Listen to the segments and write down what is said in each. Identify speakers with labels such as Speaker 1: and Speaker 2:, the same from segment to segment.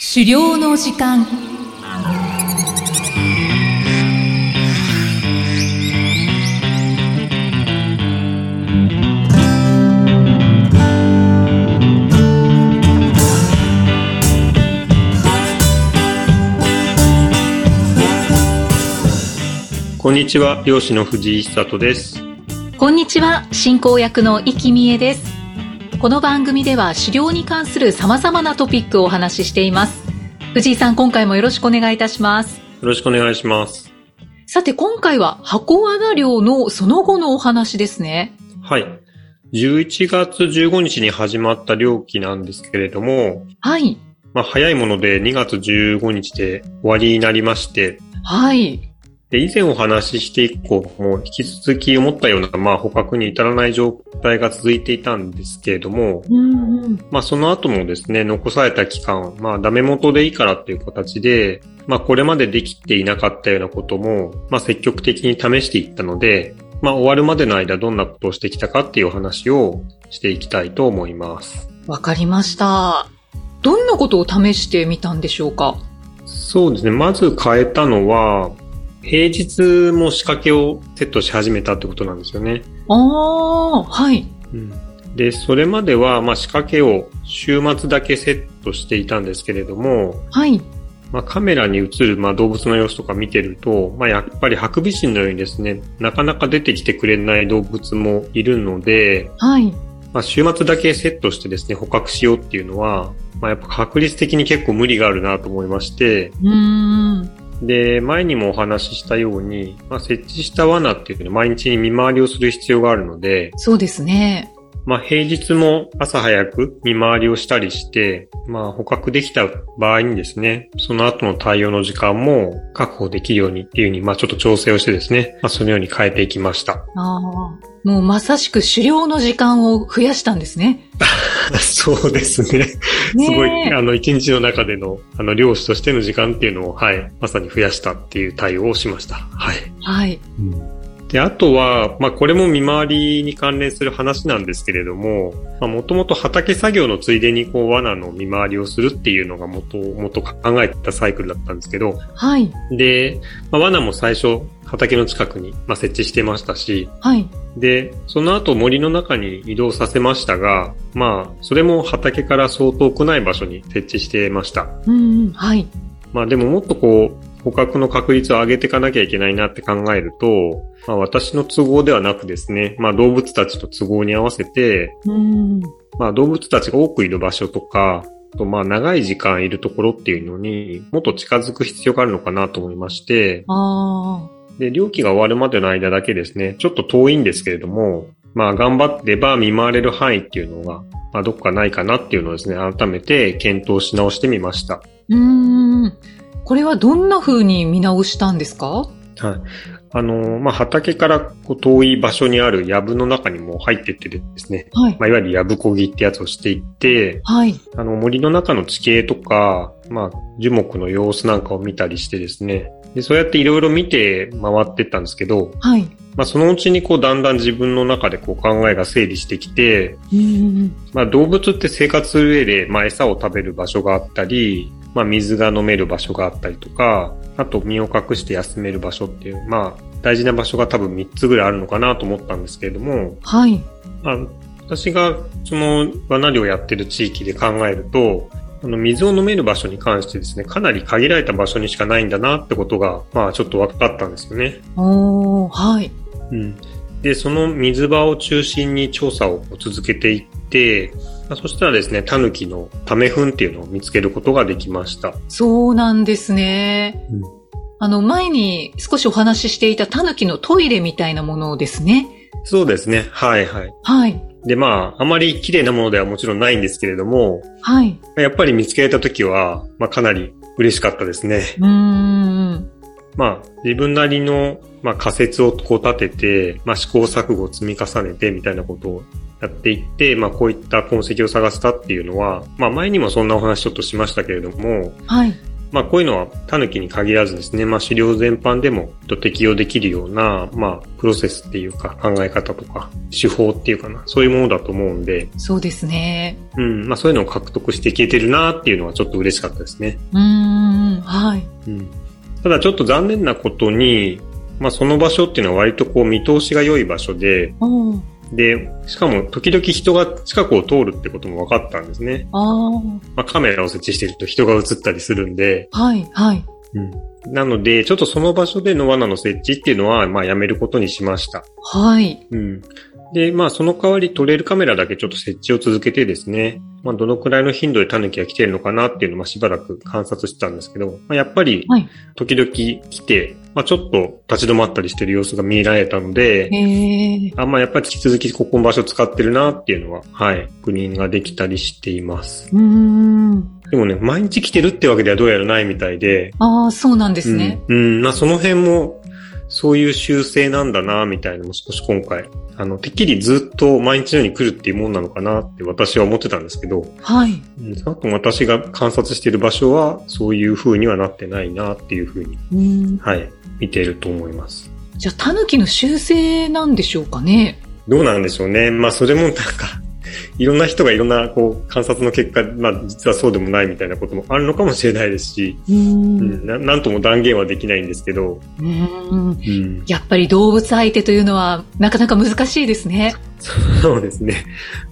Speaker 1: 狩猟の時間
Speaker 2: こんにちは、漁師の藤井久人です。
Speaker 1: こんにちは進行役の生きみえですこの番組では狩猟に関する様々なトピックをお話ししています藤井さん今回もよろしくお願いいたします
Speaker 2: よろしくお願いします。
Speaker 1: さて今回は箱罠漁のその後のお話ですね
Speaker 2: はい。11月15日に始まった漁期なんですけれども、
Speaker 1: はい
Speaker 2: まあ、早いもので2月15日で終わりになりまして、
Speaker 1: はい
Speaker 2: で以前お話しして以降も引き続き思ったような、まあ、捕獲に至らない状態が続いていたんですけれども、
Speaker 1: うんうん
Speaker 2: まあ、その後もですね、残された期間、まあ、ダメ元でいいからっていう形で、まあ、これまでできていなかったようなことも、まあ、積極的に試していったので、まあ、終わるまでの間どんなことをしてきたかっていうお話をしていきたいと思います。
Speaker 1: わかりましたどんなことを試してみたんでしょうか
Speaker 2: そうですね、まず変えたのは、平日も仕掛けをセットし始めたってことなんですよね。
Speaker 1: ああはい
Speaker 2: で、それまでは、まあ、仕掛けを週末だけセットしていたんですけれども、
Speaker 1: はい
Speaker 2: まあ、カメラに映る、まあ、動物の様子とか見てると、まあ、やっぱりハクビシンのようにですね、なかなか出てきてくれない動物もいるので、
Speaker 1: はい
Speaker 2: まあ、週末だけセットしてですね、捕獲しようっていうのは、まあ、やっぱ確率的に結構無理があるなと思いまして、
Speaker 1: うーん
Speaker 2: で、前にもお話ししたように、まあ、設置した罠っていうのは毎日に見回りをする必要があるので、
Speaker 1: そうですね
Speaker 2: まあ、平日も朝早く見回りをしたりして、まあ、捕獲できた場合にですね、その後の対応の時間も確保できるようにっていうふうに、まあ、ちょっと調整をしてですね、まあ、そのように変えていき ました。
Speaker 1: ああ、もうまさしく狩猟の時間を増やしたんですね。
Speaker 2: そうですね。 す
Speaker 1: ねえ
Speaker 2: ごい、あの、一日の中での、あの、漁師としての時間っていうのを、はい、まさに増やしたっていう対応をしました。はい。
Speaker 1: はい。
Speaker 2: で、あとは、まあ、これも見回りに関連する話なんですけれども、まあ、もともと畑作業のついでに、こう、罠の見回りをするっていうのが元、元考えてたサイクルだったんですけど、
Speaker 1: はい。
Speaker 2: で、まあ、罠も最初、畑の近くに、まあ、設置してましたし、
Speaker 1: はい。
Speaker 2: で、その後森の中に移動させましたが、まあ、それも畑から相当くない場所に設置してました。
Speaker 1: うんうん。はい。
Speaker 2: まあでももっとこう、捕獲の確率を上げていかなきゃいけないなって考えると、まあ私の都合ではなくですね、まあ動物たちと都合に合わせて、
Speaker 1: うん。
Speaker 2: まあ動物たちが多くいる場所とか、あとまあ長い時間いるところっていうのにもっと近づく必要があるのかなと思いまして、
Speaker 1: あ
Speaker 2: で、漁期が終わるまでの間だけですね、ちょっと遠いんですけれども、まあ頑張ってば見回れる範囲っていうのが、まあどっかないかなっていうのをですね、改めて検討し直してみました。
Speaker 1: あ。うん。これはどんな風に見直したんですか
Speaker 2: はい。あの、まあ、畑からこう遠い場所にある藪の中にも入ってってですね、
Speaker 1: はい。
Speaker 2: まあ、いわゆる藪こぎってやつをしていって、
Speaker 1: はい。
Speaker 2: あの森の中の地形とか、まあ、樹木の様子なんかを見たりしてですね、でそうやっていろいろ見て回ってったんですけど、
Speaker 1: はい。
Speaker 2: まあ、そのうちにこうだんだん自分の中でこう考えが整理してきて、
Speaker 1: うん。
Speaker 2: まあ、動物って生活する上で、まあ、餌を食べる場所があったり、まあ、水が飲める場所があったりとか、あと身を隠して休める場所っていう、まあ、大事な場所が多分3つぐらいあるのかなと思ったんですけれども、
Speaker 1: はい。
Speaker 2: まあ、私がその罠漁をやってる地域で考えると、あの水を飲める場所に関してですね、かなり限られた場所にしかないんだなってことが、まあちょっと分かったんですよね。
Speaker 1: おー。はい。
Speaker 2: うん、でその水場を中心に調査を続けていってまあそしたらですねタヌキのため糞っていうのを見つけることができました、
Speaker 1: そうなんですね。
Speaker 2: うん
Speaker 1: あの、前に少しお話ししていたタヌキのトイレみたいなものですね。
Speaker 2: そうですねはいはい
Speaker 1: はい。
Speaker 2: でまああまり綺麗なものではもちろんないんですけれども
Speaker 1: はい。
Speaker 2: やっぱり見つけた時は、まあ、かなり嬉しかったですね
Speaker 1: うん。
Speaker 2: まあ自分なりの、まあ、仮説をこう立てて、まあ、試行錯誤を積み重ねてみたいなことをやっていって、まあ、こういった痕跡を探したっていうのは、まあ、前にもそんなお話ちょっとしましたけれども、
Speaker 1: はい。
Speaker 2: まあこういうのはタヌキに限らずですね、まあ資料全般でも適用できるような、まあプロセスっていうか考え方とか手法っていうかな、そういうものだと思うんで、
Speaker 1: そうですね。
Speaker 2: うん、まあそういうのを獲得していけてるなっていうのはちょっと嬉しかったですね。
Speaker 1: うーん、はい。
Speaker 2: うん。ただちょっと残念なことに、まあその場所っていうのは割とこう見通しが良い場所で、
Speaker 1: おー
Speaker 2: で、しかも時々人が近くを通るってことも分かったんですね。
Speaker 1: あ
Speaker 2: まあカメラを設置してると人が映ったりするんで、
Speaker 1: あ、はい、はい。
Speaker 2: なので、ちょっとその場所での罠の設置っていうのは、まあやめることにしました。
Speaker 1: はい。
Speaker 2: うん。で、まあその代わりトレールカメラだけちょっと設置を続けてですね、まあどのくらいの頻度でタヌキが来てるのかなっていうのをまあしばらく観察してたんですけど、まあ、やっぱり
Speaker 1: はい
Speaker 2: 時々来て、まあちょっと立ち止まったりしてる様子が見られたので、
Speaker 1: えー、
Speaker 2: あんまあやっぱり引き続きここの場所使ってるなっていうのは、はい、確認ができたりしています。
Speaker 1: うーん。
Speaker 2: でもね、毎日来てるってわけではどうやらないみたいで、
Speaker 1: ああ、そうなんですね。
Speaker 2: うん。うんまあ、その辺も、そういう修正なんだな、みたいなのも少し今回、あの、てっきりずっと毎日のように来るっていうもんなのかなって私は思ってたんですけど、
Speaker 1: はい。
Speaker 2: うん、少なくとも私が観察している場所は、そういう風にはなってないな、っていう風に、
Speaker 1: うーん。
Speaker 2: はい、見ていると思います。
Speaker 1: じゃあ、タヌキの習性なんでしょうかね。
Speaker 2: どうなんでしょうね。まあ、それもなんか、 いろんな人がいろんな、こう、観察の結果、まあ、実はそうでもないみたいなこともあるのかもしれないですし、
Speaker 1: うー。
Speaker 2: うんん、ななんとも断言はできないんですけど、
Speaker 1: うーん。
Speaker 2: うん、
Speaker 1: やっぱり動物相手というのは、なかなか難しいですね。
Speaker 2: そうですね。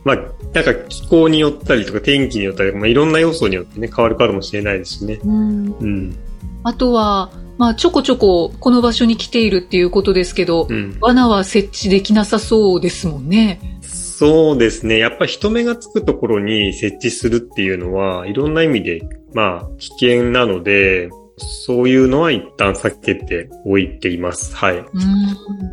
Speaker 2: まあ、なんか気候によったりとか天気によったりとか、まあ、いろんな要素によってね、変わるかもしれないですしね。
Speaker 1: うん。
Speaker 2: うん。
Speaker 1: あとは、まあ、ちょこちょここの場所に来ているっていうことですけど、
Speaker 2: うん。
Speaker 1: 罠は設置できなさそうですもんね。
Speaker 2: そうですね。やっぱり人目がつくところに設置するっていうのは、いろんな意味で、まあ、危険なので、そういうのは一旦避けておいています。はい。
Speaker 1: うん。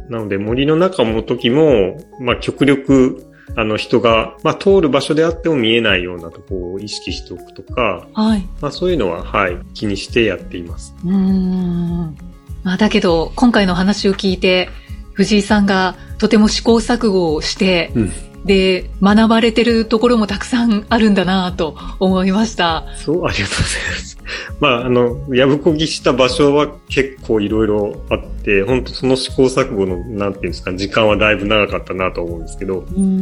Speaker 2: なので森の中の時も、まあ、極力、あの人が、まあ、通る場所であっても見えないようなとこを意識しておくとか、
Speaker 1: はい。
Speaker 2: まあ、そういうのは、はい、気にしてやっています。
Speaker 1: うん。まあ、だけど、今回の話を聞いて、藤井さんがとても試行錯誤をして、
Speaker 2: うん
Speaker 1: で、学ばれてるところもたくさんあるんだなと思いました。
Speaker 2: そう、ありがとうございます。まあ、あの、やぶこぎした場所は結構いろいろあって、本当その試行錯誤の、なんていうんですか、時間はだいぶ長かったなと思うんですけど、
Speaker 1: う。
Speaker 2: うん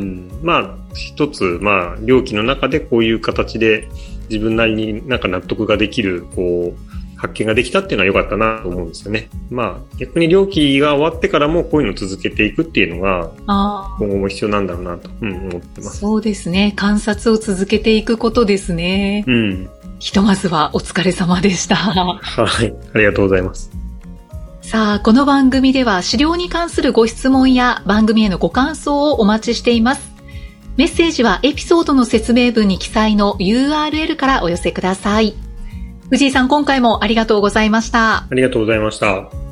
Speaker 2: ん、まあ、一つ、まあ、料金の中でこういう形で自分なりになんか納得ができる、こう、発見ができたっていうのは良かったなと思うんですよね。まあ、逆に料金が終わってからもこういうのを続けていくっていうのが、
Speaker 1: あ
Speaker 2: 今後も必要なんだろうなと、うん、思って
Speaker 1: あ、
Speaker 2: ます。
Speaker 1: そうですね。観察を続けていくことですね。
Speaker 2: うん。
Speaker 1: ひとまずはお疲れ様でした。
Speaker 2: はい。ありがとうございます。
Speaker 1: さあ、この番組では資料に関するご質問や番組へのご感想をお待ちしています。メッセージはエピソードの説明文に記載の URL からお寄せください。藤井さん、今回もありがとうございました。
Speaker 2: ありがとうございました。